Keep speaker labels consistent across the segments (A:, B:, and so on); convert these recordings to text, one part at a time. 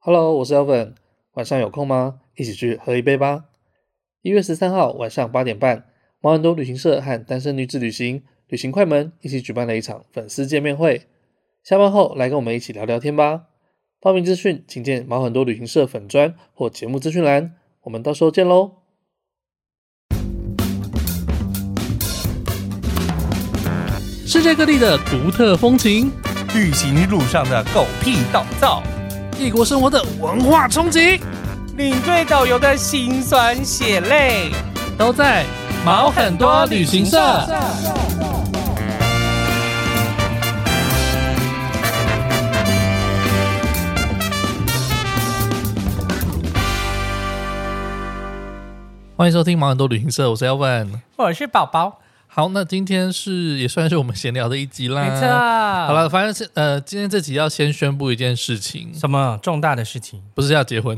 A: Hello，我是 Elvin，晚上有空吗？一起去喝一杯吧。一月十三号晚上八点半，毛很多旅行社和单身女子旅行旅行快门一起举办了一场粉丝见面会。下班后来跟我们一起聊聊天吧。报名资讯请见毛很多旅行社粉专或节目资讯栏。我们到时候见喽。
B: 世界各地的独特风情，
C: 旅行路上的狗屁倒灶，
B: 异国生活的文化冲击，
C: 领队导游的辛酸血泪，
B: 都在毛很多旅行社。欢迎收听毛很多旅行社，我是 Elvin。
C: 我是宝宝，
B: 好，那今天是也算是我们闲聊的一集啦。
C: 没错。嗯好
B: 好，了，反正是呃，今天这集要先宣布一件事情，
C: 什么重大的事情？
B: 不是要结婚，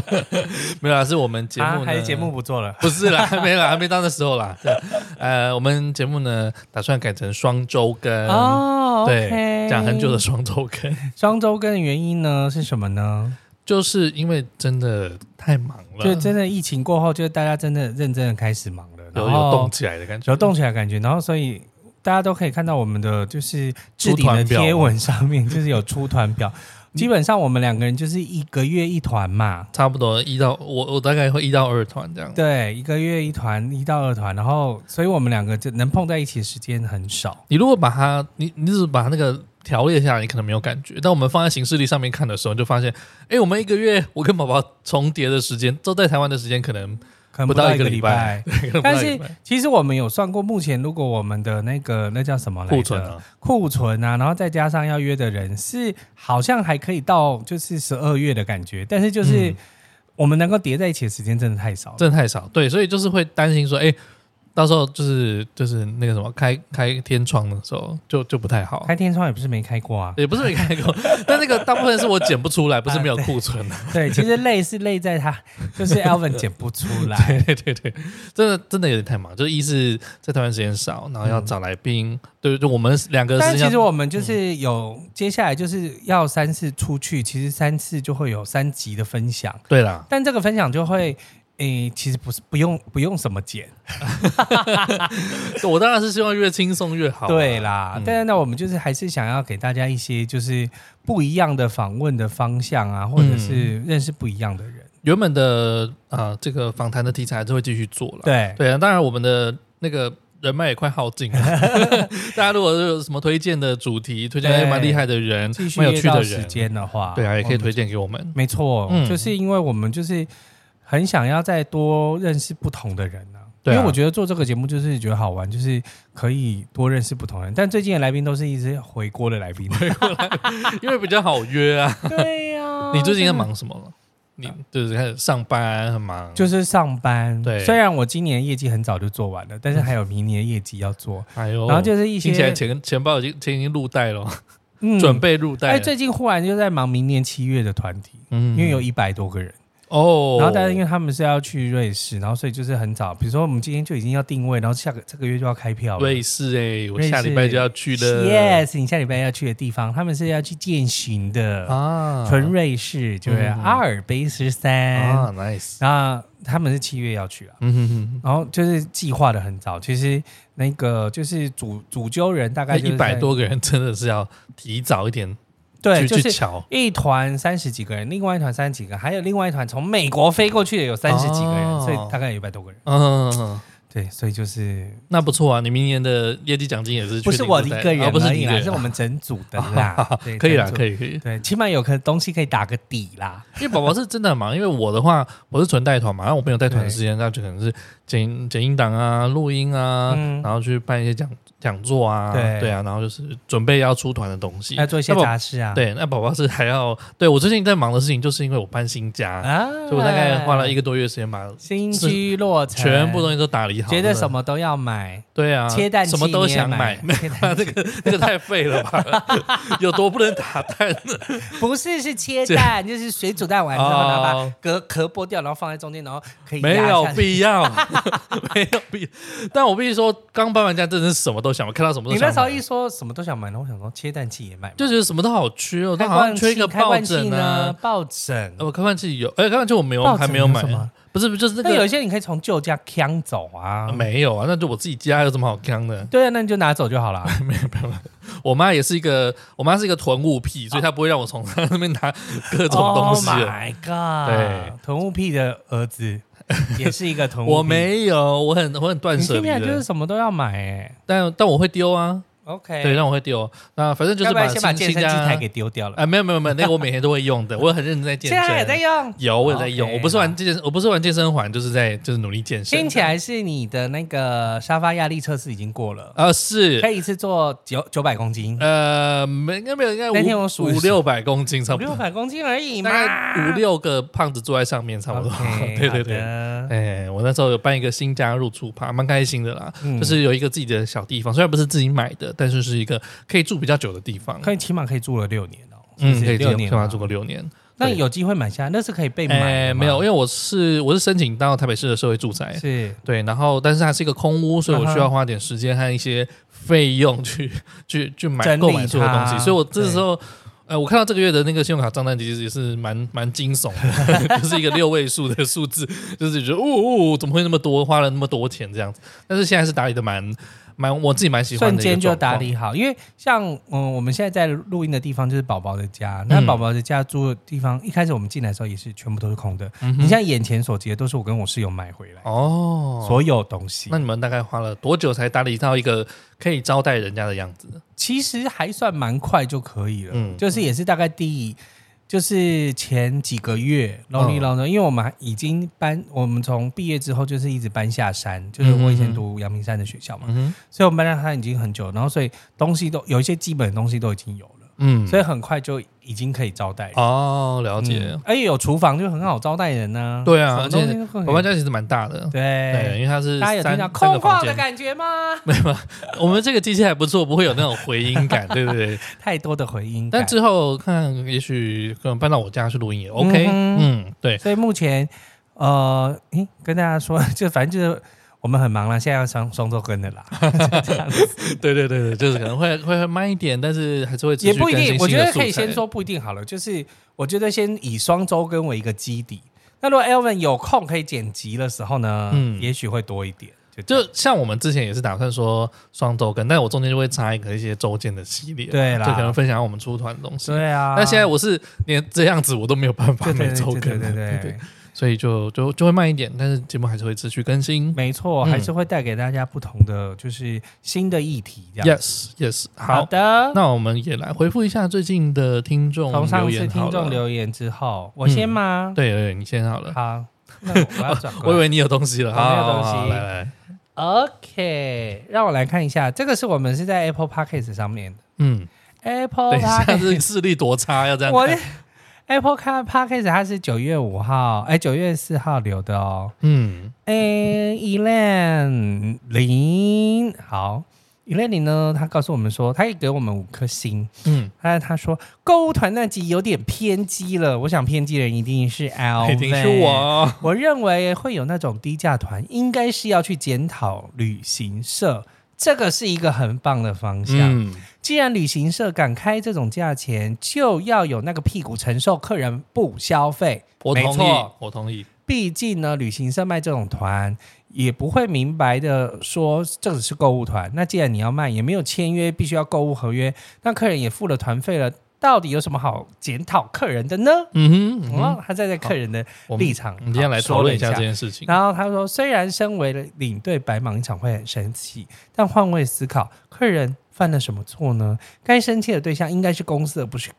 B: 没有啦，是我们节目
C: 啊
B: 呢、
C: 还是节目不做了？
B: 不是啦， 还没啦，还没到那时候啦。对呃，我们节目呢打算改成双周更，
C: 哦
B: 对，讲很久的
C: 事。
B: 双周更，
C: 双周更的原因呢是什么呢？
B: 就是因为真的太忙了，
C: 就真的疫情过后，就大家真的认真的开始忙了，
B: 有
C: 然后
B: 有动起来的感觉，
C: 有动起来的感觉，然后所以。大家都可以看到我们的就是置顶
B: 出
C: 的
B: 团表吗
C: 贴文上面，就是有出团 表。嗯基本上我们两个人就是一个月一团嘛，
B: 差不多一到我我大概会一到二团这样。
C: 对，一个月一团，一到二团，然后所以我们两个就能碰在一起的时间很少。
B: 你如果把它，你你只是把那个条列下来，你可能没有感觉。但我们放在行事历上面看的时候，你就发现，哎，我们一个月我跟宝宝重叠的时间，都在台湾的时间可 能
C: 可能
B: 不
C: 到
B: 到一个
C: 个
B: 礼拜，
C: 拜
B: 可能不到
C: 但
B: 一个
C: 是
B: 礼拜
C: 其实我们有算过，目前如果我们的那个那叫什么来着
B: 库存啊，
C: 库存啊，然后再加上要约的人，是好像还可以到就是十二月的感觉，但是就是
B: 嗯
C: 我们能够叠在一起的时间真的太少了。
B: 真的太少，对，所以就是会担心说，哎、到时候就是就是那个什么开开天窗的时候就就不太好，，
C: 开天窗也不是没开过啊
B: 也不是没开 过，但那个大部分是我剪不出来，不是没有库存、啊、
C: 对，其实累是累在他 就是 Alvin 剪不出来，
B: 对对对，真的真的有点太忙，就是一是在台湾时间少，然后要找来宾，对，就我们两个
C: 但
B: 是
C: 其实
B: 要
C: 我们就是有、接下来就是要三次出去，其实三次就会有三集的分享，
B: 对啦，
C: 但这个分享就会，诶、其实不是不用不用什么剪，
B: 我当然是希望越轻松越好、
C: 对，啦。
B: 嗯
C: 但是呢，我们就是还是想要给大家一些就是不一样的访问的方向啊，或者是
B: 嗯
C: 认识不一样的人。
B: 原本的啊、这个访谈的题材还是会继续做了，
C: 对，
B: 对啊，当然我们的那个人脉也快耗尽了。 大家如果有什么推荐的主题，推荐
C: 对
B: 哎蛮厉害的人
C: 继，续
B: 蛮有
C: 约
B: 趣的
C: 到时
B: 人，
C: 间哦的话，
B: 对啊，也可以
C: 我们
B: 推荐给我们。
C: 没错，
B: 嗯
C: 就是因为我们就是很想要再多认识不同的人呢、
B: 对啊
C: 因为我觉得做这个节目就是觉得好玩，就是可以多认识不同人。但最近的来宾都是一直回锅的来 宾。
B: 因为比较好约啊。
C: 对呀、
B: 你最近在？忙什么了？你就是开始上班很忙，
C: 就是上班。
B: 对
C: 虽然我今年业绩很早就做完了，但是还有明年的业绩要做。
B: 哎呦，
C: 然后就是一
B: 听起来
C: 些
B: 钱钱包已经钱已经入袋了，
C: 嗯
B: 准。备入袋
C: 哎，
B: 了。
C: 最近忽然就在忙明年七月的团体，
B: 嗯
C: 因为有一百多个人。
B: 哦，
C: 然后，但是因为他们是要去瑞士，然后所以就是很早，比如说我们今天就已经要定位，然后下个这个月就要开票了。
B: 瑞士哎，我
C: 瑞士
B: 下礼拜就要去了。
C: Yes，你下礼拜要去的地方，他们是要去践行的，
B: 啊，
C: 纯瑞士，就是
B: 嗯
C: 阿尔卑斯山。
B: 啊，nice，
C: 那他们是七月要去啊，
B: 嗯哼哼
C: 然后就是计划的很早。其实那个就是主主揪人大
B: 那
C: 概就是
B: 一百
C: 在，
B: 多个人真的是要提早一点
C: 对，
B: 去
C: 就
B: 去
C: 是
B: 瞧。
C: 一团三十几个人，另外一团三十几个，还有另外一团从美国飞过去的有三十几个人，
B: 哦
C: 所以大概有一百多个人。
B: 嗯，
C: 对，所以就是
B: 那不错啊！你明年的业绩奖金也是
C: 不
B: 确
C: 是
B: 定
C: 我的
B: 在
C: 一个人
B: 啊不是
C: 而
B: 你
C: 已
B: 一个
C: 啦，
B: 人。
C: 是我们整组的啦 对，
B: 可以啦，可
C: 以。
B: 以可以。
C: 对，起码有个东西可以打个底啦。
B: 因为宝宝是真的很忙，因为我的话我是纯带团嘛，然后我朋友带团的时间，那就可能是剪剪音档啊、录音啊，
C: 嗯
B: 然后去办一些讲讲座啊，
C: 对
B: 啊，然后就是准备要出团的东西，
C: 要做一些
B: 那宝
C: 杂事啊。
B: 对，那宝宝是还要对我最近在忙的事情，就是因为我搬新家，
C: 啊，
B: 所以我大概花了一
C: 个
B: 个多月时间把
C: 新居落成，
B: 全部东西都打理好，
C: 觉得什
B: 么
C: 么都要买，
B: 对啊，
C: 切蛋器
B: 什么都
C: 你也
B: 想
C: 买
B: 买，，
C: 切蛋
B: 那这个这个太废了吧？ 有多不能打蛋？
C: 不是是切蛋，就是水煮蛋完之后，
B: 哦
C: 然后把壳壳剥掉，然后放在中间，然后可以
B: 没
C: 压
B: 有
C: 下去
B: 必要，没有必要。但我必须说，刚搬完家，真的是什么都想买，看到什么都
C: 你
B: 想买。
C: 那时候一说什么都想买，然后我想说切蛋器也买嘛，
B: 就觉得什么都好缺哦，
C: 开
B: 它好像
C: 罐
B: 缺
C: 器
B: 一个
C: 开
B: 抱
C: 罐器
B: 枕
C: 呢
B: 啊。，
C: 抱枕。
B: 我开罐器有，哎，开罐器我没有，
C: 抱枕
B: 还没有买
C: 有什么。
B: 不是，不是就是那
C: 那有一
B: 个
C: 些你可以从旧家扛走啊，
B: 没有啊，那就我自己家有什么好扛的？
C: 对啊，那你就拿走就 好了。
B: 我妈也是一个，我妈是一个囤物癖，所以她不会让我从她那边拿各种东西。啊
C: Oh my god！
B: 对，
C: 囤物癖的儿子也是一个囤物癖。
B: 我，没有，我很我很断
C: 你
B: 舍
C: 听
B: 离
C: 起来就是
B: 的，
C: 什么都要买哎。
B: 但但我会丢啊，
C: OK，
B: 对，，让我会丢。那反正就是
C: 要不然先把
B: 新
C: 健
B: 新
C: 身器材
B: 家
C: 给丢掉了。
B: 啊，没有没有没有，那个我每天都会用的，我很认真 在健
C: 呃现在也在
B: 身。
C: 用，
B: 有，我有在用，
C: OK，
B: 我不是玩健身，我不是玩健身环，就是在就是努力健身。
C: 听起来是你的那个沙发压力测试已经过了，
B: 啊是
C: 可以一次做九九百公斤，
B: 呃，没应该没有，应该
C: 那天我
B: 五
C: 数
B: 五
C: 一数
B: 六百公斤差
C: 五
B: 不
C: 六
B: 多，
C: 百公斤而已嘛
B: 大，概五六个胖子坐在上面差不多。
C: OK，
B: 对对
C: 好
B: 对。
C: 的
B: 哎，我那时候有办一个新家入住趴，蛮开心的啦。
C: 嗯
B: 就是有一个自己的小地方，虽然不是自己买的，但是是一个可以住比较久的地方。
C: 可以起码可以住了六年哦，是不
B: 嗯，
C: 是
B: 可以
C: 六
B: 住，起
C: 年
B: 码
C: 嘛
B: 住个六年。
C: 那
B: 对
C: 有机会买下，那是可以被买
B: 哎，
C: 的吗
B: 没有，因为我是我是申请到台北市的社会住宅，
C: 是
B: 对，然后但是它是一个空屋，所以我需
C: 嗯
B: 要
C: 哼
B: 花点时间和一些费用去去去买
C: 整理
B: 购买所有的东
C: 它
B: 西，所以我这时候。呃，我看到这个月的那个信用卡账单，其实也是蛮蛮惊悚的， 就是一个六位数的数字，就是觉得哦哦，怎么会那么多，花了那么多钱这样子。但是现在是打理的蛮蛮，我自己蛮喜欢
C: 瞬
B: 的一个
C: 间就
B: 状况
C: 打理好，因为像嗯，我们现在在录音的地方就是宝宝的家，那
B: 嗯
C: 宝宝的家住的地方，一开始我们进来的时候也是全部都是空的。
B: 嗯
C: 你现在眼前所及的都是我跟我室友买回来、
B: 哦。
C: 所有东西
B: 那，你们大概花了多久才打理到一个可以招待人家的样子？
C: 其实还算蛮快就可以了。
B: 嗯
C: 就是也是大概第就是前几个月啰
B: 嗯
C: 里啰嗦，因为我们还已经搬，我们从毕业之后就是一直搬下山，就是我以前读阳明山的学校嘛，
B: 嗯哼
C: 所以我们搬到山已经很久，然后所以东西都有一些基本的东西都已经有了。
B: 嗯，
C: 所以很快就已经可以招待人。
B: 哦，了解。
C: 嗯而且有厨房就很好招待人呢。
B: 对啊，而
C: 什么
B: 且
C: 东西都可以
B: 我们家其实蛮大的，对，因
C: 对，
B: 为它是
C: 哎大家有
B: 三
C: 听到
B: 三
C: 空
B: 个房
C: 旷的
B: 间，
C: 感觉吗？
B: 没有吧，我们这个机器还不错，不会有那种回音感，对对 对。
C: 太多的回音感。
B: 但之后看，也许可能搬到我家去录音也 OK，
C: 嗯
B: 嗯， 对，
C: 所以目前，呃，诶，跟大家说， 就反正就是我们很忙了，现在要双双周更的啦，
B: 对对对对，就是可能会会会慢一点，但是还是会持
C: 也
B: 续
C: 不一
B: 更新
C: 定。我
B: 新
C: 觉
B: 的
C: 得
B: 素
C: 可
B: 材
C: 以先，说不一定好了，就是我觉得先以双周更为一个基底。那如果 Elvin 有空可以剪辑的时候呢，
B: 嗯
C: 也许会多一点。就这样
B: 就像我们之前也是打算说双周更，但我中间就会插一个一些周间的系列，
C: 对啦
B: 就可能分享我们出团的东西。
C: 对啊。
B: 但现在我是连这样子我都没有办法
C: 对对
B: 每
C: 对
B: 周更，
C: 对对对对。
B: 所以就就就会慢一点，但是节目还是会持续更新。
C: 没错，
B: 嗯
C: 还是会带给大家不同的，就是新的议题这样。
B: Yes, yes，
C: 好
B: 好，
C: 的，
B: 那我们也来回复一下最近的听众
C: 从上
B: 留
C: 次
B: 言好
C: 听众
B: 了。
C: 留言之后，我先吗？
B: 对对，你先好了。
C: 嗯好，那我 我要转
B: 我
C: 过
B: 以
C: 来。
B: 为你有东西了，
C: 我没有
B: 好
C: 东西
B: 好好来来，
C: OK，让我来看一下，这个是我们是在 Apple Podcast 上面的
B: 嗯，
C: Apple
B: 等一下
C: Podcast，
B: 这视力多差，要这样
C: 哦我
B: 看，
C: Apple Car Podcast 它是九月五号，哎，九月四号留的哦。
B: 嗯
C: 哎，Elan 林，好，Elan 林呢，他告诉我们说，他也给我们五颗星。
B: 嗯，
C: 他哎他说购物团那集有点偏激了，我想偏激的人一定是 L，
B: 一定是。我，
C: 我认为会有那种低价团，应该是要去检讨旅行社，这个是一个很棒的方向。
B: 嗯，
C: 既然旅行社敢开这种价钱，就要有那个屁股承受客人不消费。
B: 我
C: 没
B: 同意
C: 错，
B: 我同意，
C: 毕竟呢，旅行社卖这种团也不会明白的说这只是购物团。那既然你要卖，也没有签约，必须要购物合约，那客人也付了团费了，到底有什么好检讨客人的呢？
B: 嗯哼嗯
C: 哦
B: 哼，，
C: 他站在客人的
B: 我们
C: 立场，
B: 我们今天来
C: 好
B: 讨论一下
C: 说
B: 这
C: 了
B: 件事情，
C: 然后他说，虽然身为领队白忙一场会很生气，但换位思考，客人犯了什么错呢？该生气的对象应该是公司，而不是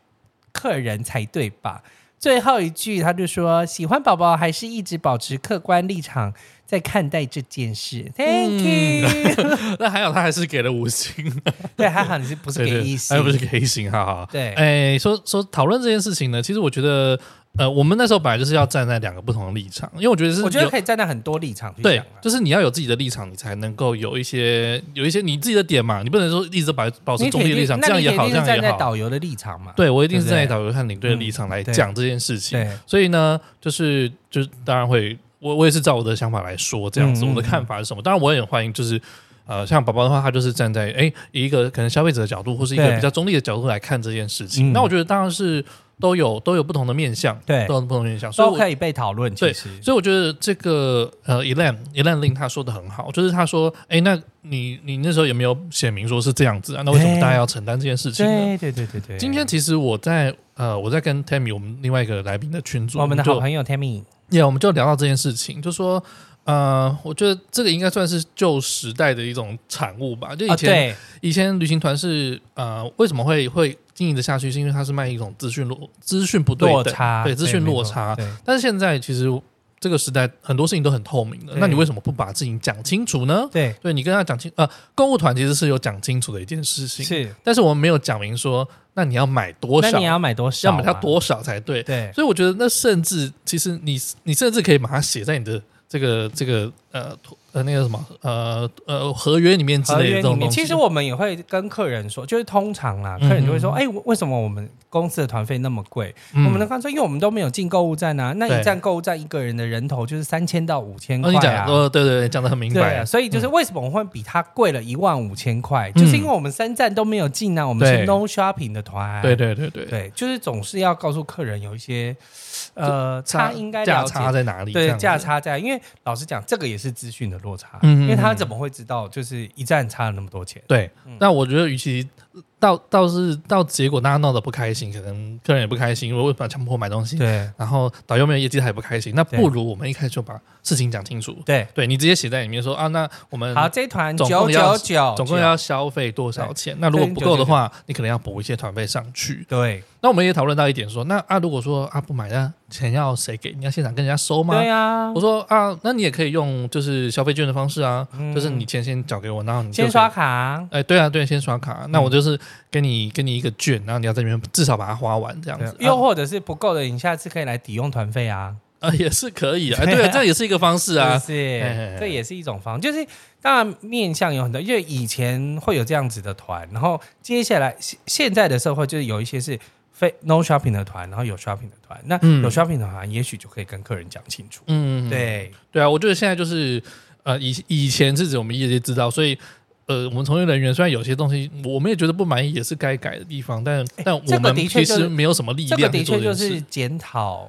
C: 客人才对吧？最后一句他就说，喜欢宝宝还是一直保持客观立场在看待这件事。Thank
B: 嗯
C: you、
B: 那还好他还是给了五星，
C: 对，还好你是不是
B: 对
C: 给
B: 对
C: 一
B: 哎
C: 星？
B: 不是给一星，哈哈，
C: 对，
B: 哎、说说讨论这件事情呢，其实我觉得，呃，我们那时候本来就是要站在两个不同的立场，因为我觉得是
C: 我觉得
B: 有
C: 可以站在很多立场去
B: 对
C: 想、啊，。
B: 就是你要有自己的立场，你才能够有一些有一些你自己的点嘛，你不能说一直都保保持
C: 你
B: 中立的立场，这
C: 那
B: 样
C: 你
B: 也
C: 肯
B: 好，
C: 定
B: 这
C: 是
B: 样
C: 站
B: 也
C: 在
B: 好。
C: 导游的立场嘛？
B: 对，我一定是
C: 对不
B: 站
C: 对
B: 在导游和领队的立场来讲这件事情，
C: 对，
B: 所以呢，就是就是当然会，我我也是照我的想法来说这样子，
C: 嗯嗯
B: 我的看法是什么？当然我也很欢迎，就是呃，像宝宝的话，他就是站在哎以一个可能消费者的角度，或是一个
C: 对
B: 比较中立的角度来看这件事
C: 嗯
B: 情。那我觉得当然是都有都有不同的面向，
C: 对
B: 都有不同的面向，所以
C: 都
B: 我
C: 可以被讨论。其
B: 对
C: 实，
B: 所以我觉得这个呃，Elan Elan 令他说的很好，就是他说，哎，那你你那时候也没有写明说是这样子啊，那为什么
C: 对
B: 大家要承担这件事情呢？
C: 对对对对对。
B: 今天其实我在呃，我在跟 Tammy 我们另外一个来宾的群组，
C: 我们的
B: 就
C: 好朋友 Tammy，
B: 也、yeah, 我们就聊到这件事情，就说呃，我觉得这个应该算是旧时代的一种产物吧，就以
C: 啊，
B: 前、
C: 对
B: 以前旅行团是呃，为什么会会经营的下去，是因为它是卖一种资讯落资讯不对
C: 落
B: 等，
C: 差，
B: 对资讯
C: 没
B: 落
C: 错
B: 差，
C: 对
B: 但是现在其实这个时代很多事情都很透明的，
C: 对
B: 那你为什么不把事情讲清楚呢？
C: 对
B: 对你跟他讲清，呃，购物团其实是有讲清楚的一件事情，
C: 是。
B: 但是我们没有讲明说，那你要买多
C: 那
B: 少，
C: 你要买多少
B: 要
C: 嘛？
B: 买它多少才对。
C: 对
B: 所以我觉得，那甚至其实你你甚至可以把它写在你的这个这个呃呃那个什么呃呃合约里面之
C: 合
B: 类的这
C: 约里
B: 种
C: 面，
B: 东西。
C: 其实我们也会跟客人说，就是通常啦，客人就会说，哎、为什么我们公司的团费那么贵？
B: 嗯
C: 我们的刚说，因为我们都没有进购物站啊，那一
B: 对
C: 站购物站一个人的人头就是三千到五千
B: 哦
C: 块
B: 你
C: 啊
B: 讲。呃对对对，讲的很明
C: 对
B: 白嗯
C: 啊，。所以就是为什么我会比它贵了一万五千块，就是因为我们三站都没有进啊，我们是
B: 对
C: no shopping 的团。
B: 对对对对，
C: 对，就是总是要告诉客人有一些，呃，
B: 差
C: 他应该
B: 价
C: 了解
B: 差在哪里？这
C: 对
B: 样子
C: 价差在，因为老实讲，这个也是资讯的落差，
B: 嗯嗯
C: 因为他
B: 嗯
C: 怎么会知道就是一站差了那么多钱？
B: 对
C: 嗯，
B: 那我觉得，与其到到是到结果大家闹得不开心，可能客人也不开心，我为什么要强迫买东西？
C: 对
B: 然后导游没有业绩，他也不开心。那
C: 对
B: 不如我们一开始就把事情讲清楚。
C: 对，
B: 对你直接写在里面说啊，那我们
C: 好，这一团
B: 总
C: 九
B: 共
C: 九
B: 要
C: 九，
B: 总共要消费多少钱？那如果不够的话，你可能要补一些团费上去。
C: 对
B: 那我们也讨论到一点说，那啊，如果说啊不买，那钱要谁给？你要现场跟人家收吗？
C: 对啊
B: 我，说啊，那你也可以用就是消费券的方式啊，
C: 嗯
B: 就是你钱先缴给我，然后你就
C: 先
B: 可以
C: 刷卡，
B: 哎，对啊，对，先刷卡。
C: 嗯
B: 那我就是给你给你一个券，然后你要在里面至少把它花完这样子。
C: 啊又或者是不够的，你下次可以来抵用团费啊，
B: 啊，也是可以啊，哎对啊，这也是一个方式啊
C: 是。不是
B: 嘿嘿嘿
C: 这也是一种方，就是当然面向有很多，因为以前会有这样子的团，然后接下来现现在的社会就是有一些是非 no shopping 的团，然后有 shopping 的团，那
B: 嗯
C: 有 shopping 的团也许就可以跟客人讲清楚，
B: 嗯，
C: 对
B: 对啊，我觉得现在就是呃，以以前是指我们业界知道，所以呃，我们从业人员虽然有些东西我们也觉得不满意，也是该改的地方，但但
C: 哎这
B: 我
C: 个
B: 们
C: 的确
B: 其
C: 就是
B: 实没有什么力
C: 这个
B: 量
C: 的
B: 去做
C: 确
B: 这件
C: 就
B: 事。
C: 是检讨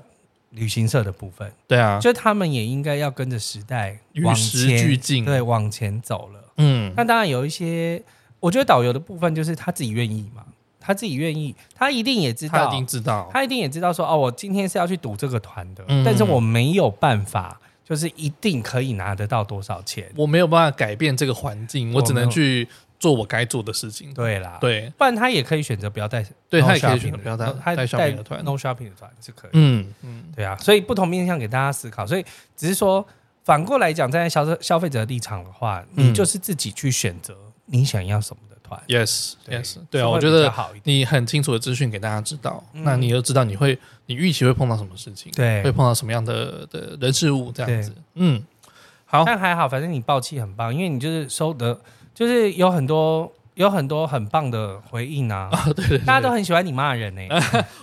C: 旅行社的部分，
B: 对啊，
C: 就他们也应该要跟着时代
B: 与
C: 往
B: 时
C: 前
B: 俱进。
C: 对，往前走了。
B: 嗯，
C: 那当然有一些，我觉得导游的部分就是他自己愿意嘛，他自己愿意，他一定也知
B: 他
C: 道，
B: 已经知道。
C: 他一定也知道说，哦，我今天是要去赌这个团的，
B: 嗯
C: 但是我没有办法，就是一定可以拿得到多少钱。
B: 我没有办法改变这个环境，我只
C: 我没有
B: 能去做我该做的事情。
C: 对啦，，
B: 对，
C: 不然他也可以选择不要带，
B: 对
C: no
B: 他也可以
C: shopping
B: 选择不要带
C: 的他
B: 带 shopping 的团
C: no shopping 的团是可以。
B: 嗯嗯，
C: 对啊，所以不同面向给大家思考，所以只是说反过来讲，站在消消费者的立场的话，
B: 嗯
C: 你就是自己去选择你想要什么的团。
B: Yes, yes，对
C: 是
B: 啊，
C: 会
B: 我觉
C: 比较
B: 得
C: 好一点。
B: 你很清楚的资讯给大家知道，
C: 嗯
B: 那你又知道你会，你预期会碰到什么事情，
C: 对
B: 会碰到什么样的的人事物这样子，嗯， 好，
C: 但还好，反正你爆气很棒，因为你就是收得，就是有很多有很多很棒的回应 啊，
B: 对对对，
C: 大家都很喜欢你骂人 呢、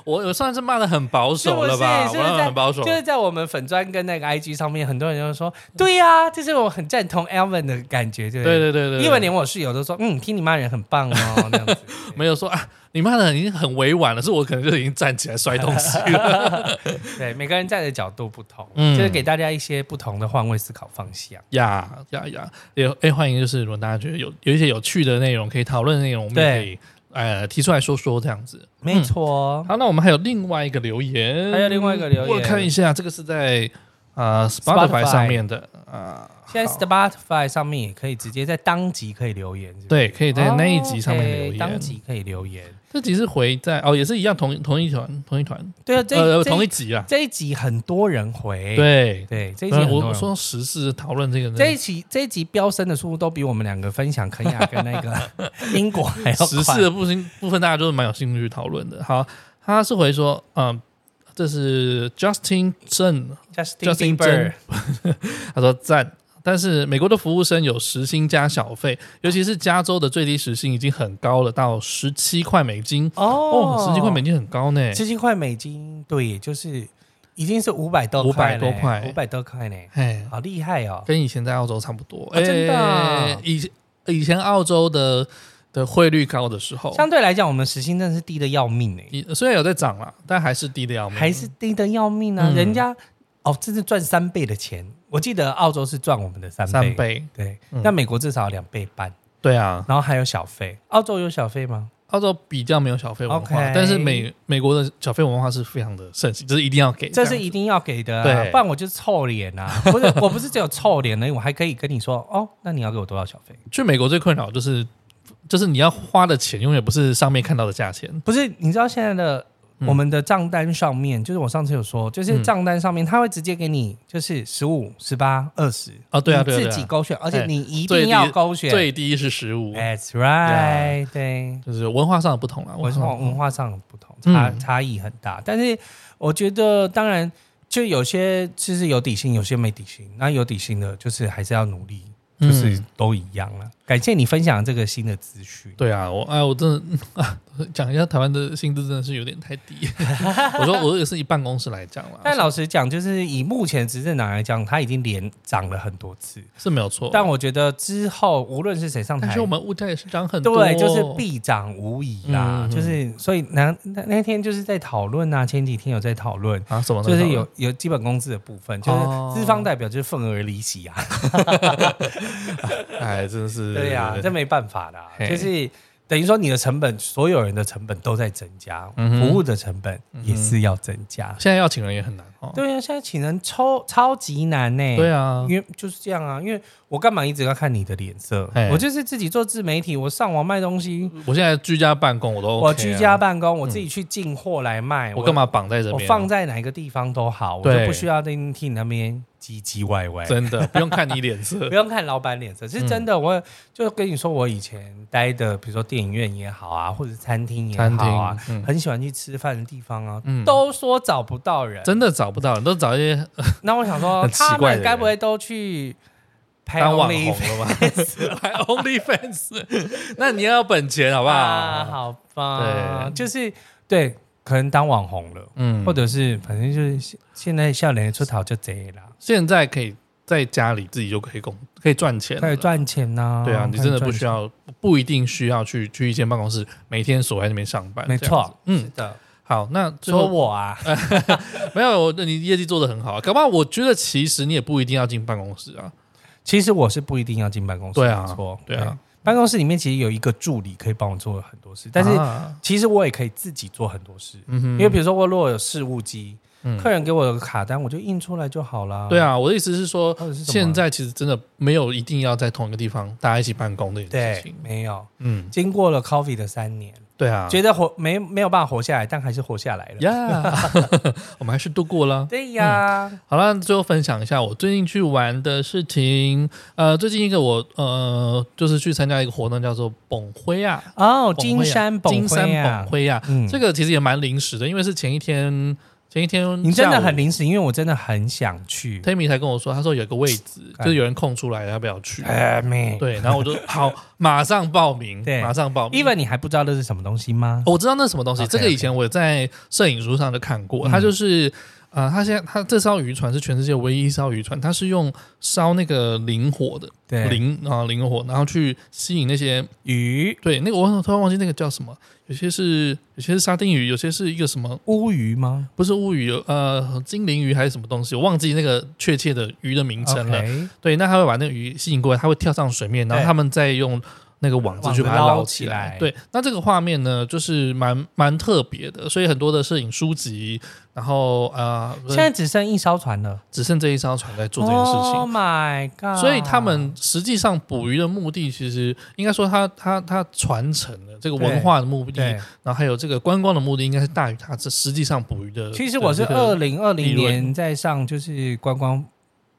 B: 我我算是骂的很保守了吧，
C: 是不是
B: 我
C: 是不是
B: 骂得很保守
C: 就，是在我们粉砖跟那个 IG 上面，很多人 就说，对呀、这是我很赞同 Elvin 的感觉，
B: 对
C: 对不
B: 对
C: 对
B: 对对，
C: 因为连我室友都说，嗯，听你骂人很棒 哦，那样子。
B: 没有说啊，你骂的已经很委婉了，是我可能就已经站起来摔东 西了
C: 对，每个人站的角度不同，
B: 嗯
C: 就是给大家一些不同的换位思考方向。
B: 呀呀呀，也哎，欢迎就是如果大家觉得有有一些有趣的内容可以讨论的内容，我们也可以呃提出来说说这样子，
C: 没错，
B: 好，那我们还有另外一个留言，
C: 还有另外一个留言
B: 我看一下，这个是在呃 Spotify 上面的啊，
C: 现在
B: 好
C: Spotify 上面也可以直接在当集可以留言，是不是
B: 对，可以在那一集上面留
C: 哦，OK，
B: 言。
C: 当集可以留言。
B: 这集是回在哦，也是一样同同一团同一团，
C: 对啊，这
B: 呃，
C: 这
B: 同一集啊，
C: 这一集很多人回，
B: 对。
C: 对，这一集
B: 呃
C: 很多
B: 我
C: 人
B: 我
C: 回
B: 说时事讨论这个
C: 这一
B: 呢，
C: 集这一集飙升的速度都比我们两个分享肯雅跟那 个英国还要快。
B: 时事的部分部分大家都是蛮有兴趣讨论的。好，他是回说，嗯，这是 Justin Chen
C: Justin
B: Justin
C: Bieber，
B: 他说赞，但是美国的服务生有时薪加小费，尤其是加州的最低时薪已经很高了，到十七块美金。
C: 哦
B: 哦，十七块美金很高呢。
C: 十七块美金，对，也就是已经是五百多
B: 500多块
C: 五百多块呢，
B: 哎，
C: 好厉害哦！
B: 跟以前在澳洲差不多。
C: 啊真的啊
B: 哎以前以前澳洲的的汇率高的时候，
C: 相对来讲，我们时薪真的是低的要命哎、
B: 以虽然有在涨啦，但还是低的要命。
C: 还是低的要命啊！
B: 嗯
C: 人家哦，这是赚三倍的钱。我记得澳洲是赚我们的三倍，
B: 三倍，
C: 对。
B: 嗯
C: 那美国至少两倍半，
B: 对啊，
C: 然后还有小费。澳洲有小费吗？
B: 澳洲比较没有小费文化
C: OK
B: 但是美美国的小费文化是非常的盛行，就是一定要给，
C: 这
B: 样
C: 是一定要给的、啊，
B: 对
C: 不然我就臭脸啊！ 不是，我不是只有臭脸而已，我还可以跟你说哦，那你要给我多少小费？
B: 去美国最困扰就是就是你要花的钱永远不是上面看到的价钱，
C: 不是，你知道现在的
B: 嗯
C: 我们的账单上面，就是我上次有说，就是
B: 嗯
C: 账单上面他会直接给你就是十五、十八、二十
B: 哦对啊对啊对
C: 自
B: 啊
C: 己勾选，而且
B: 哎
C: 你一
B: 最
C: 定
B: 低
C: 要勾选。
B: 最低是十五，
C: That's right，对，
B: 就是文化上的不同啦。
C: 我
B: 上
C: 说
B: 的不同
C: 文化上的不同，差
B: 嗯
C: 差异很大，但是我觉得当然。就有些其实有底薪，有些没底薪。那有底薪的，就是还是要努力，
B: 嗯
C: 就是都一样了。感谢你分享这个新的资讯。
B: 对啊，我哎，我真的 嗯啊，讲一下台湾的薪资真的是有点太低。 我说我也是以办公室来讲啦，
C: 但老实讲，就是以目前执政党来讲，他已经连涨了很多次。
B: 是没有错。
C: 但我觉得之后无论是谁上
B: 哦但
C: 台
B: 是我，们物价也是涨很多，
C: 对，就是必涨无疑啦。
B: 嗯嗯
C: 就是所以那那那天就是在讨论啊，前几天有在讨论。
B: 啊什么呢
C: 就是有有基本工资的部分，就是
B: 哦
C: 资方代表就是份额离席啊，
B: 哎，真的是
C: 对呀、这没办法啦，
B: 嘿
C: 就是等于说你的成本，所有人的成本都在增加，
B: 嗯哼嗯
C: 服务的成本也是要增加。
B: 现在要请人也很难哦。
C: 对呀、啊现在请人超超级难呢、
B: 对啊，
C: 因为就是这样啊，因为我干嘛一直要看你的脸色
B: 嘿？
C: 我就是自己做自媒体，我上网卖东西，
B: 我现在居家办公我都 OK 啊
C: 我居家，办公，我自己去进货来卖，
B: 我干？嘛绑在这
C: 我
B: 边？啊
C: 放在哪个地方都好，我
B: 对
C: 就不需要在替你那边唧唧歪歪，
B: 真的不用看你脸色
C: 不用看老板脸
B: 嗯
C: 色，是真的。我就跟你说，我以前待的，比如说电影院也好啊，或者餐厅也
B: 餐
C: 好啊，
B: 厅，嗯
C: 很喜欢去吃饭的地方啊，
B: 嗯
C: 都说找不到人。
B: 真的找不到，都找一些
C: 那我想说，
B: 很奇怪
C: 他
B: 的人
C: 们该不会都去拍
B: 当网
C: OnlyFans
B: 红了吧 还？OnlyFans，那 你要有本钱好不
C: 啊，
B: 好？
C: 好吧，
B: 对
C: 就是对，可能当网红了，
B: 嗯
C: 或者是反正就是现现在笑脸出逃就贼啦，
B: 现在可以在家里自己就可以工，可以赚钱了，
C: 开始赚哦钱呐、
B: 对啊，你真的不需
C: 要，
B: 要，不一定需要去去一间办公室每天锁在那边上班。
C: 没
B: 这样子，
C: 错，是
B: 嗯，
C: 的，
B: 好，那最
C: 说
B: 后
C: 我啊，
B: 没有，我你业绩做的很好，啊搞不好我觉得其实你也不一定要进办公室啊。
C: 其实我是不一定要进办公室，
B: 对啊
C: 没错，
B: 对啊，
C: 办公室里面其实有一个助理可以帮我做很多事，但是
B: 啊
C: 其实我也可以自己做很多事，
B: 嗯哼
C: 因为比如说我如果有事务机，
B: 嗯
C: 客人给我有个卡单，我就印出来就好啦。
B: 对，啊，我的意思是说，
C: 或者是什么
B: 现在其实真的没有一定要在同一个地方大家一起办公这件事
C: 对
B: 情，。
C: 没有。
B: 嗯，
C: 经过了 coffee 的三年，
B: 对啊，
C: 觉得活没没有办法活下来，但还是活下来了。
B: 呀， 我们还是度过了。
C: 对呀，
B: 好了，最后分享一下我最近去玩的事情。呃，最近一个我呃，就是去参加一个活动，叫做“蹦灰啊”，
C: 哦，金山
B: 蹦
C: 崩
B: 灰啊金山
C: 溃啊
B: 蹦，灰啊。
C: 嗯
B: 这个其实也蛮临时的，因为是前一天，前一天
C: 你真的很
B: 临。
C: 临时，因为我真的很想去。
B: Tammy 才跟我说，他说有个位置，
C: 哎
B: 就是有人空出来了，要不要去？
C: 哎妹，
B: 对，然后我就好，马上报名，
C: 对
B: 马上报名。
C: ，even 你还不知道这是什么东西吗？
B: 我知道那是什么东西
C: OK，
B: 这个以前我在摄影书上就看过，
C: 嗯
B: 它就是。呃，它现在它这艘渔船是全世界唯一一艘渔船，它是用烧那个磷火的
C: 对，
B: 磷啊磷火，然后去吸引那些
C: 鱼
B: 对那个我突然忘记那个叫什么，有些是有些是沙丁鱼，有些是一个什么
C: 乌鱼吗？
B: 不是乌鱼呃精灵鱼还是什么东西，我忘记那个确切的鱼的名称了。
C: OK
B: 对，那它会把那个鱼吸引过来，它会跳上水面，然后
C: 对
B: 他们再用那个网子去把它
C: 网子捞
B: 捞
C: 起
B: 起来
C: 来。
B: 对，那这个画面呢，就是蛮蛮特别的，所以很多的摄影书籍，然后呃，
C: 现在只剩一艘船了，
B: 只剩这一艘船在做这件事情。
C: Oh my god！
B: 所以他们实际上捕鱼的目的，其实应该说它它它传承了这个文化的目的，
C: 对
B: 然，后还有这个观光的目的，应该是大于它这实际上捕鱼的。
C: 其实我是
B: 的这个
C: 二零二
B: 理
C: 零
B: 论
C: 年在上就是观光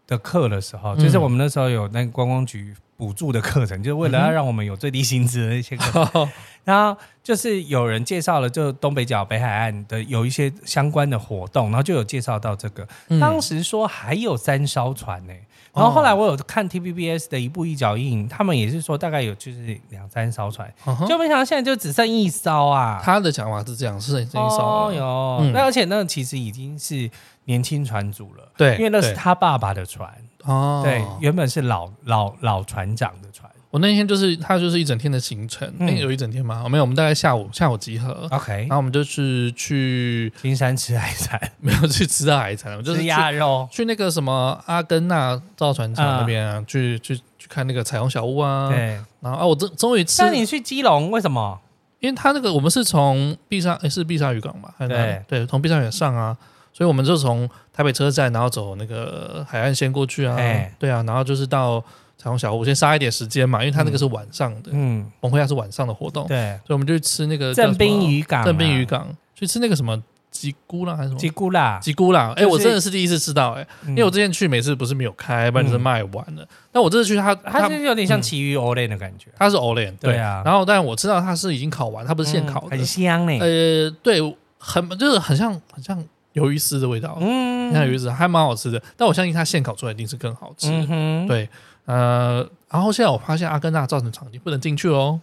C: 的课的时候，
B: 嗯
C: 就是我们那时候有那个观光局补助的课程，就是为了要让我们有最低薪资的一些 课程。然后就是有人介绍了，就东北角、北海岸的有一些相关的活动，然后就有介绍到这个。
B: 嗯哦
C: 当时说还有三艘船呢、然后后来我有看 T V B S 的一步一脚印，他们也是说大概有就是两三艘船，
B: 嗯哼
C: 就没想到现在就只剩一艘啊。
B: 他的想法是这样，是这一艘
C: 哦
B: 了。
C: 哟
B: 嗯，
C: 那、而且那其实已经是年轻船主了，
B: 对，
C: 因为那是
B: 对
C: 他爸爸的船，
B: 哦，
C: 对，原本是老老老船长的船，
B: 我那天就是他就是一整天的行程，
C: 嗯
B: 那、有一整天吗？哦没有，我们大概下午下午集合，
C: OK，
B: 然后我们就是去
C: 金山吃海产，
B: 没有去吃到海产，我们 就是
C: 吃
B: 去
C: 鸭肉，
B: 去那个什么阿根纳造船厂那边啊，去去去看那个彩虹小屋啊，
C: 对。
B: 然后啊，我终终于吃
C: 那，你去基隆为什么？
B: 因为他那个我们是从碧沙诶是碧沙渔港嘛，还是哪里对，从碧沙渔港上啊，所以我们就从台北车站，然后走那个海岸线过去啊
C: 哎，
B: 对啊，然后就是到彩虹小屋，先杀一点时间嘛，因为他那个是晚上的，
C: 嗯，
B: 崩溃亚是晚上的活动，所
C: 对，
B: 以我们就去吃那个
C: 正滨
B: 渔
C: 渔港啊，
B: 正滨渔港去吃那个什么吉菇啦还是什么
C: 吉古啦，
B: 吉菇啦，哎，
C: 就是嗯
B: 我真的是第一次吃到哎。
C: 因
B: 因为我之前去每次不是没有开，不然就是卖完了。但我这次去它，
C: 嗯它
B: 它
C: 就是有点像奇鱼 Olay 的感觉，
B: 它是 Olen 对
C: 对啊
B: 然后，但我知道它是已经烤完，它不是现烤
C: 嗯
B: 的。
C: 很香呢。
B: 呃，对，很就是很像很像鱿鱼丝的味道，
C: 嗯
B: 很像鱿鱼丝，还蛮好吃的。但我相信它现烤出来一定是更好吃。
C: 嗯哼，
B: 对，呃，然后现在我发现阿根纳造成场景不能进去哦喽，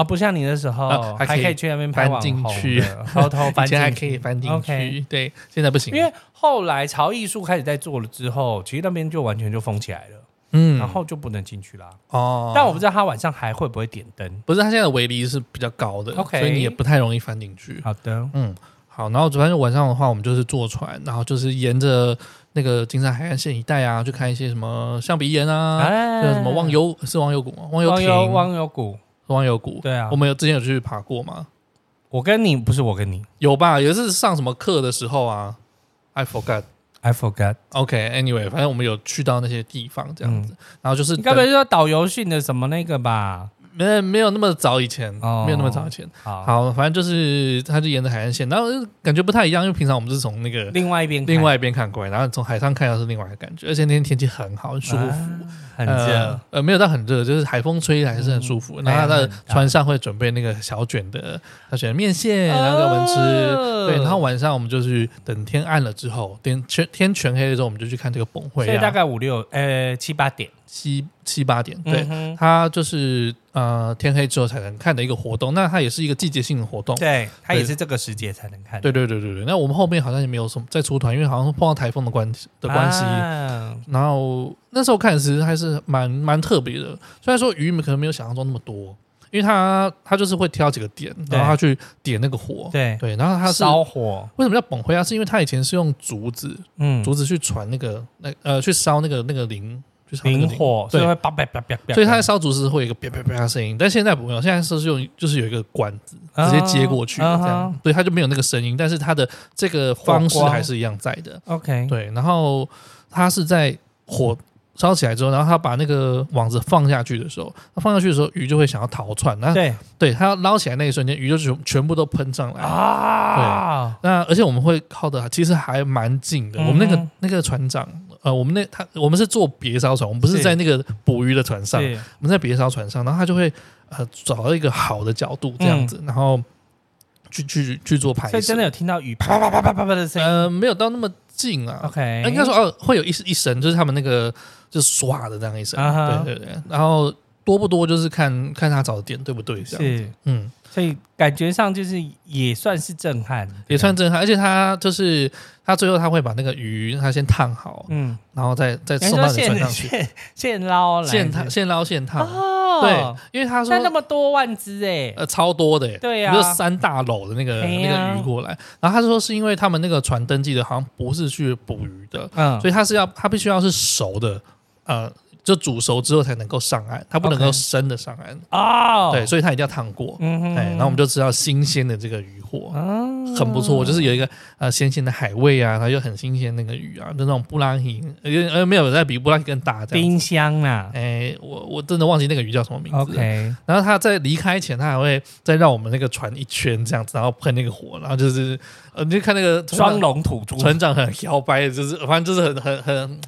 C: 啊，不像你那时候
B: 啊还可
C: 还
B: 以
C: 可以去那边拍网红
B: 搬进
C: 的
B: 去，
C: 偷偷 翻
B: 以前还
C: 进
B: 可
C: 去。
B: 以翻进
C: OK
B: 去，对，现在不行
C: 因。为后来潮艺术开始在做了之后，其实那边就完全就封起来了，
B: 嗯，
C: 然后就不能进去啦。
B: 哦，
C: 但我不知道他晚上还会不会点灯。
B: 不是它现在的围篱是比较高的
C: OK
B: 所以你也不太容易翻进去。
C: 好的，
B: 嗯，好，然后主要是晚上的话，我们就是坐船，然后就是沿着那个金山海岸线一带啊，去看一些什么象鼻岩啊，
C: 哎
B: 还有什么忘忧是忘忧谷吗？忘忧
C: 忘
B: 亭、
C: 忧忘忧谷，
B: 忘忧谷。
C: 对啊
B: 我，们有之前有去爬过吗？
C: 我跟你不是我跟你
B: 有吧？有一次上什么课的时候啊，I forgot。
C: ，I forgot。
B: OK，Anyway，、反正我们有去到那些地方这样子，然后就是
C: 嗯你该不会说导游训的什么那个吧？
B: 没有没有那么早以前，
C: 哦
B: 没有那么早以前。
C: 好，
B: 好，反正就是它就沿着海岸线，然后呃感觉不太一样，因为平常我们是从那个
C: 另外一边看，
B: 另外一边看过来，然后从海上看又是另外一个感觉，而且那天天气很好，很舒服，
C: 啊很热
B: 呃，呃，没有到很热，就是海风吹还是很舒服。
C: 嗯
B: 然后他
C: 太阳很
B: 的
C: 大
B: 船上会准备那个小卷的小卷的面线，然后给我们吃。
C: 哦
B: 对，然后晚上我们就是等天暗了之后，天全天全黑了之后，我们就去看这个崩会、啊，
C: 所以大概五六呃七八点，
B: 七七八点，对。
C: 嗯哼
B: 它就是呃天黑之后才能看的一个活动，那它也是一个季节性的活动。
C: 对，它也
B: 对
C: 是这个时节才能看，
B: 对对对对对。那我们后面好像也没有什么再出团，因为好像碰到台风的关系的关系，
C: 啊
B: 然后那时候看其实还是蛮蛮特别的，虽然说鱼可能没有想象中那么多，因为他他就是会挑几个点，
C: 对
B: 然后他去点那个火，
C: 对，
B: 对，然后他是
C: 烧火，
B: 为什么叫本灰啊？是因为他以前是用竹子
C: 嗯，
B: 竹子去传那个那呃去烧那个那个磷，去烧那个
C: 明火，所以
B: 对。
C: 会叭叭叭叭叭，
B: 所以他在烧竹子是会有一个啪啪啪的声音，但现在不用，现在是用就是有一个管子直接接过去，这
C: 啊
B: 样，所以他就没有那个声音，但是他的这个方式
C: 火光
B: 还是一样在的。
C: OK，
B: 对，然后它是在火烧起来之后，然后它把那个网子放下去的时候，它放下去的时候，鱼就会想要逃窜。那
C: 对
B: 对它要捞起来那一瞬间，鱼就全全部都喷上来。
C: 啊，
B: 那而且我们会靠的其实还蛮近的，我们那
C: 嗯
B: 个
C: 哼
B: 那个船长，呃，我们那他我们是坐别艘船，我们不是
C: 是
B: 在那个捕鱼的船上，
C: 是
B: 我们在别艘船上，然后他就会呃找到一个好的角度这样子，然后去去去做拍摄。
C: 嗯所以真的有听到雨啪啪啪啪啪啪的声音
B: 呃没有到那么近啊，
C: ，OK，
B: 应该说哦，会有一一声，就是他们那个就是唰的这样一声，
C: 啊哈
B: 对对对。然后多不多就是看看他找的点对不对，这样，
C: 是，
B: 嗯，
C: 所以感觉上就是也算是震撼，
B: 也算震撼。而且他就是他最后他会把那个鱼他先烫好，
C: 嗯，
B: 然后再再
C: 你
B: 送
C: 说
B: 到你
C: 现
B: 船上去，
C: 现 现捞来
B: 现
C: 是
B: 烫现捞现烫，对
C: 哦，，
B: 因为他说
C: 那那么多万只哎，
B: 呃超多的耶，
C: 对啊
B: 就三大篓的那个
C: 哎
B: 那
C: 呀
B: 个鱼过来，然后他说是因为他们那个船登记的好像不是去捕鱼的，
C: 嗯，
B: 所以它是要它必须要是熟的，呃，就煮熟之后才能够上岸，它不能够
C: OK
B: 生的上岸。
C: 哦，
B: 对，，所以它一定要烫过。
C: 嗯哼，
B: 哎、然后我们就吃到新鲜的这个鱼货，
C: 啊
B: 很不错，就是有一个呃鲜鲜的海味啊，然后又很新鲜那个鱼啊，就那种布拉提，呃呃没有在比布拉提更大这样子。
C: 冰箱啦
B: 哎、我我真的忘记那个鱼叫什么名字了。
C: ，OK，
B: 然后他在离开前，他还会再绕我们那个船一圈这样子，然后喷那个火，然后就是呃，你就看那个
C: 双龙吐珠，
B: 船长很摇摆，就是反正就是很很很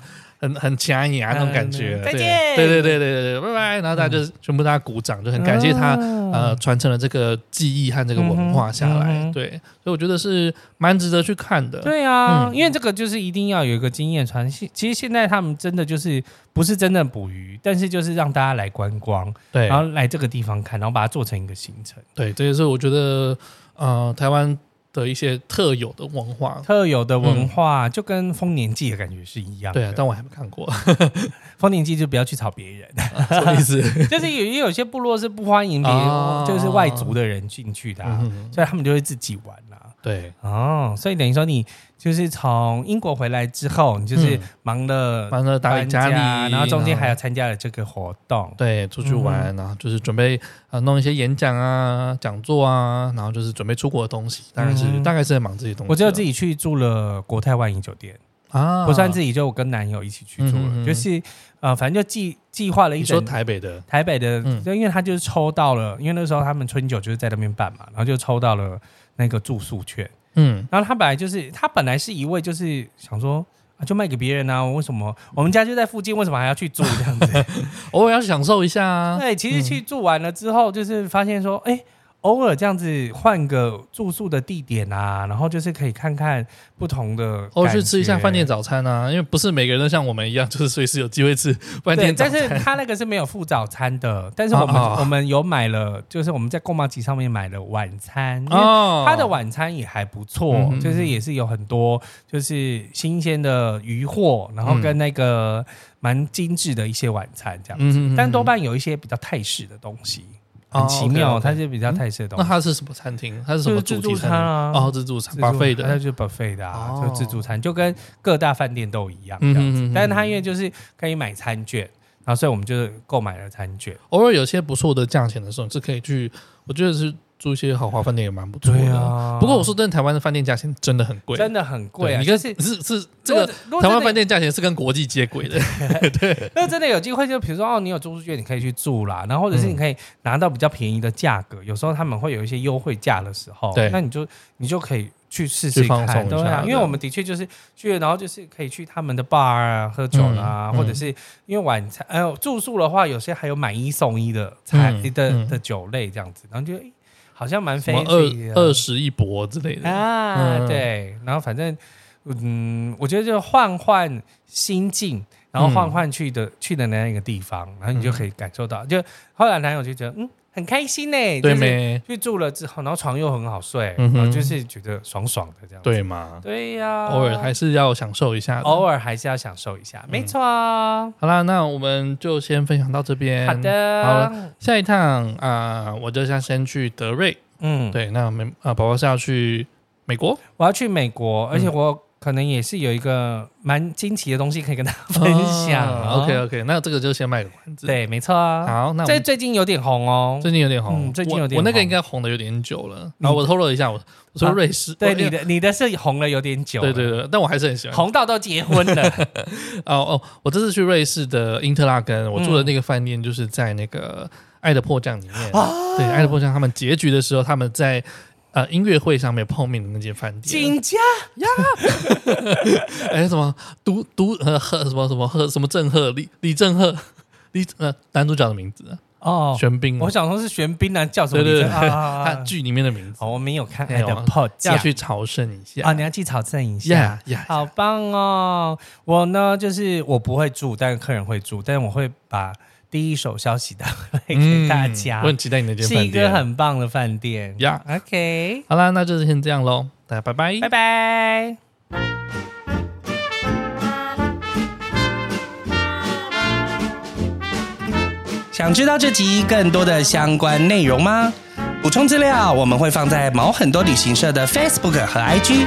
B: 很很强硬啊那种感觉。
C: 嗯
B: 对
C: 再见
B: 对对对对对对，拜拜。然后大家就是全部大家鼓掌，就很感谢他
C: 啊
B: 呃传承了这个技艺和这个文化下
C: 嗯哼嗯
B: 来。
C: 哼
B: 对，所以我觉得是蛮值得去看的。
C: 对啊，
B: 嗯
C: 因为这个就是一定要有一个经验传。其其实现在他们真的就是不是真正捕鱼，但是就是让大家来观光，
B: 对
C: 然后来这个地方看，然后把它做成一个行程。
B: 对，这也是我觉得呃台湾的一些特有的文化。
C: 特有的文化，就跟丰年祭的感觉是一样
B: 嗯
C: 的。
B: 对啊，但我还没看过，
C: 丰年祭就不要去吵别人，
B: 什么意思？
C: 就是有也有些部落是不欢迎别
B: 哦
C: 就是外族的人进去的、啊，
B: 嗯
C: 所以他们就会自己玩啦、
B: 对，
C: 哦，所以等于说你就是从英国回来之后，你就是
B: 嗯
C: 忙了
B: 完了打理
C: 搬家，啊
B: 家里，
C: 然后中间还有参加了这个活动。
B: 对，出去
C: 嗯
B: 玩，然后就是准备啊、呃弄一些演讲啊、讲座啊，然后就是准备出国的东西，当然是、
C: 嗯
B: 大概是在忙这些东西了。
C: 我只有自
B: 己
C: 己去住了国泰万怡酒店，
B: 啊，
C: 不算自己，就我跟男友一起去住了，
B: 嗯嗯嗯
C: 就是呃，反正就计计划了一
B: 你说
C: 整
B: 台北的，
C: 台北的，
B: 嗯
C: 就因为他就是抽到了，因为那时候他们春酒就是在那边办嘛，然后就抽到了那个住宿券，
B: 嗯，
C: 然后他本来就是他本来是一位就是想说。啊，就卖给别人啊！为什么我们家就在附近，为什么还要去住这样 子？
B: 偶尔要享受一下啊。
C: 对，其实去住完了之后，就是发现说，哎、偶尔这样子换个住宿的地点啊，然后就是可以看看不同的，
B: 偶尔去哦吃一下饭店。早餐啊，因为不是每个人都像我们一样，就是随时有机会吃饭
C: 对，
B: 店早
C: 但
B: 餐。
C: 是他那个是没有附早餐的，但是我们、
B: 哦哦
C: 我们有买了，就是我们在购买集上面买了晚餐，因为
B: 哦，
C: 它的晚餐也还不错，
B: 嗯哼
C: 就是也是有很多就是新鲜的鱼货，然
B: 嗯
C: 后跟那个蛮精致的一些晚餐这样，
B: 嗯，嗯嗯
C: 但多半有一些比较泰式的东西，
B: 哦
C: 很奇妙，
B: ，OK，OK 嗯
C: 它是比较泰式的东
B: 那
C: 西。
B: 它是什么餐厅？它是什么主
C: 就是
B: 题
C: 自助
B: 餐
C: 餐啊
B: 哦，自助餐
C: 自助
B: b u f
C: 它
B: 的，
C: 就是 buffet 的啊，
B: 哦
C: 就自助餐，就跟各大饭店都一样这
B: 嗯
C: 样子。
B: 嗯嗯嗯
C: 但是它因为就是可以买餐券，然后所以我们就购买了餐券。
B: 偶尔有些不错的价钱的时候，你是可以去，我觉得是住一些豪华饭店也蛮不错
C: 对
B: 的。
C: 啊，
B: 不过我说真的，台湾的饭店价钱真的很贵，
C: 真的很贵
B: 对
C: 啊，
B: 你
C: 就
B: 跟
C: 是
B: 是是这个
C: 如果
B: 台湾
C: 真的
B: 饭店价钱是跟国际接轨的，
C: 那真的有机会，就比如说哦，你有住宿券，你可以去住啦，然后或者是你可以拿到比较便宜的价格，有时候他们会有一些优惠价的时候，
B: 对
C: 那你就你就可以去试试
B: 去放松
C: 看，
B: 一下
C: 对啊，
B: 对
C: 因为我们的确就是去，然后就是可以去他们的 bar 啊喝酒啦，
B: 嗯嗯
C: 或者是因为晚餐，还有住宿的话，有些还有买一送一的菜
B: 嗯
C: 的
B: 嗯
C: 的酒类这样子，然后就诶好像蛮
B: 什么二二
C: fancy
B: 十一博之类
C: 的
B: 的。
C: 啊，
B: 嗯
C: 对，然后反正。嗯，我觉得就换换心境，然后
B: 嗯
C: 换换去的、去的那一个地方，然后你就可以感受到。就后来男友就觉得，嗯，很开心呢、
B: 对
C: 就是
B: 没？
C: 去住了之后，然后床又很好睡，
B: 嗯哼
C: 然后就是觉得爽爽的这样。
B: 对嘛，
C: 对呀、
B: 偶尔还是嗯要享受一下的。
C: 偶尔还是要享受一下，没错啊。
B: 好啦，那我们就先分享到这边。
C: 好，的，
B: 嗯好了下一趟啊、我就想先去德瑞。
C: 嗯，
B: 对，那美啊，宝宝是要去美国，
C: 我要去美国，而且
B: 嗯
C: 我可能也是有一个蛮惊奇的东西可以跟大家分享哦。
B: OK OK，那啊这个就先卖个关子。，
C: 对，没错啊。
B: 好，那我
C: 这
B: 们
C: 最近有点红哦，
B: 最近有点红，
C: 嗯最近有点
B: 我我那个
C: 红
B: 应该红的有点久了。
C: 你
B: 然后我透露一下，我我说
C: 啊
B: 瑞士，我
C: 对你的你的是红了有点久，
B: 对对，对，但我还是很喜欢
C: 红到都结 婚了，
B: 哦哦，我这次去瑞士的因特拉根，我住的那个饭店就是在那个《爱的迫降》里面。
C: 嗯
B: 对，
C: 啊
B: 《爱的迫降》他们结局的时候，他们在呃音乐会上面碰面的那间饭店。
C: 金家
B: 哎，什么独独呃赫什么什么赫什么郑赫李李郑赫李呃男主角的名字啊，
C: 哦，
B: 玄彬啊
C: 我，想说是玄彬啊，叫什么
B: 对
C: 名字？
B: 对对，
C: 啊
B: 他剧里面的名字
C: 哦，我没有看
B: 没
C: 爱
B: 有
C: 的
B: 啊
C: 迫
B: 要
C: 降
B: 去朝圣一
C: 啊，
B: 下。
C: 你要啊去朝圣一下
B: 呀。呀，
C: 好棒哦！我呢，就是我不会住，但客人会住，但我会把第一手消息打回来给大家
B: 嗯我。很期待你那间
C: 是一
B: 饭
C: 个
B: 店。
C: 很棒的饭店。
B: 呀，
C: OK，
B: 好啦，那就是先这样喽，大家拜拜
C: 拜。拜。想知道这集更多的相关内容吗？补充资料我们会放在毛很多旅行社的 Facebook 和 IG，